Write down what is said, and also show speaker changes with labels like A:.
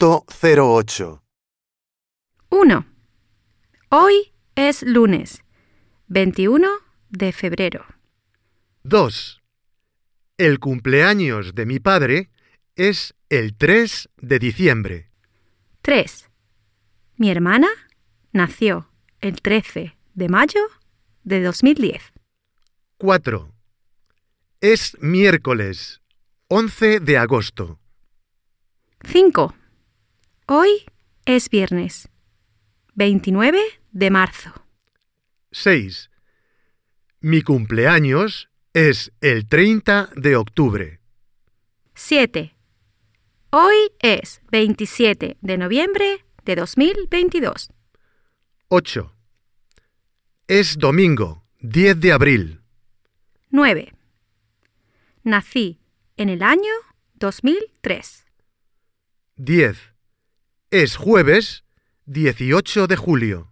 A: 1.08
B: 1. Hoy es lunes, 21 de febrero.
C: 2. El cumpleaños de mi padre es el 3 de diciembre.
B: 3. Mi hermana nació el 13 de mayo de 2010.
C: 4. Es miércoles 11 de agosto.
B: 5. Hoy es viernes, 29 de marzo.
C: 6. Mi cumpleaños es el 30 de octubre.
B: 7. Hoy es 27 de noviembre de 2022.
C: 8. Es domingo 10 de abril.
B: 9. Nací en el año 2003.
C: 10. Es jueves 18 de julio.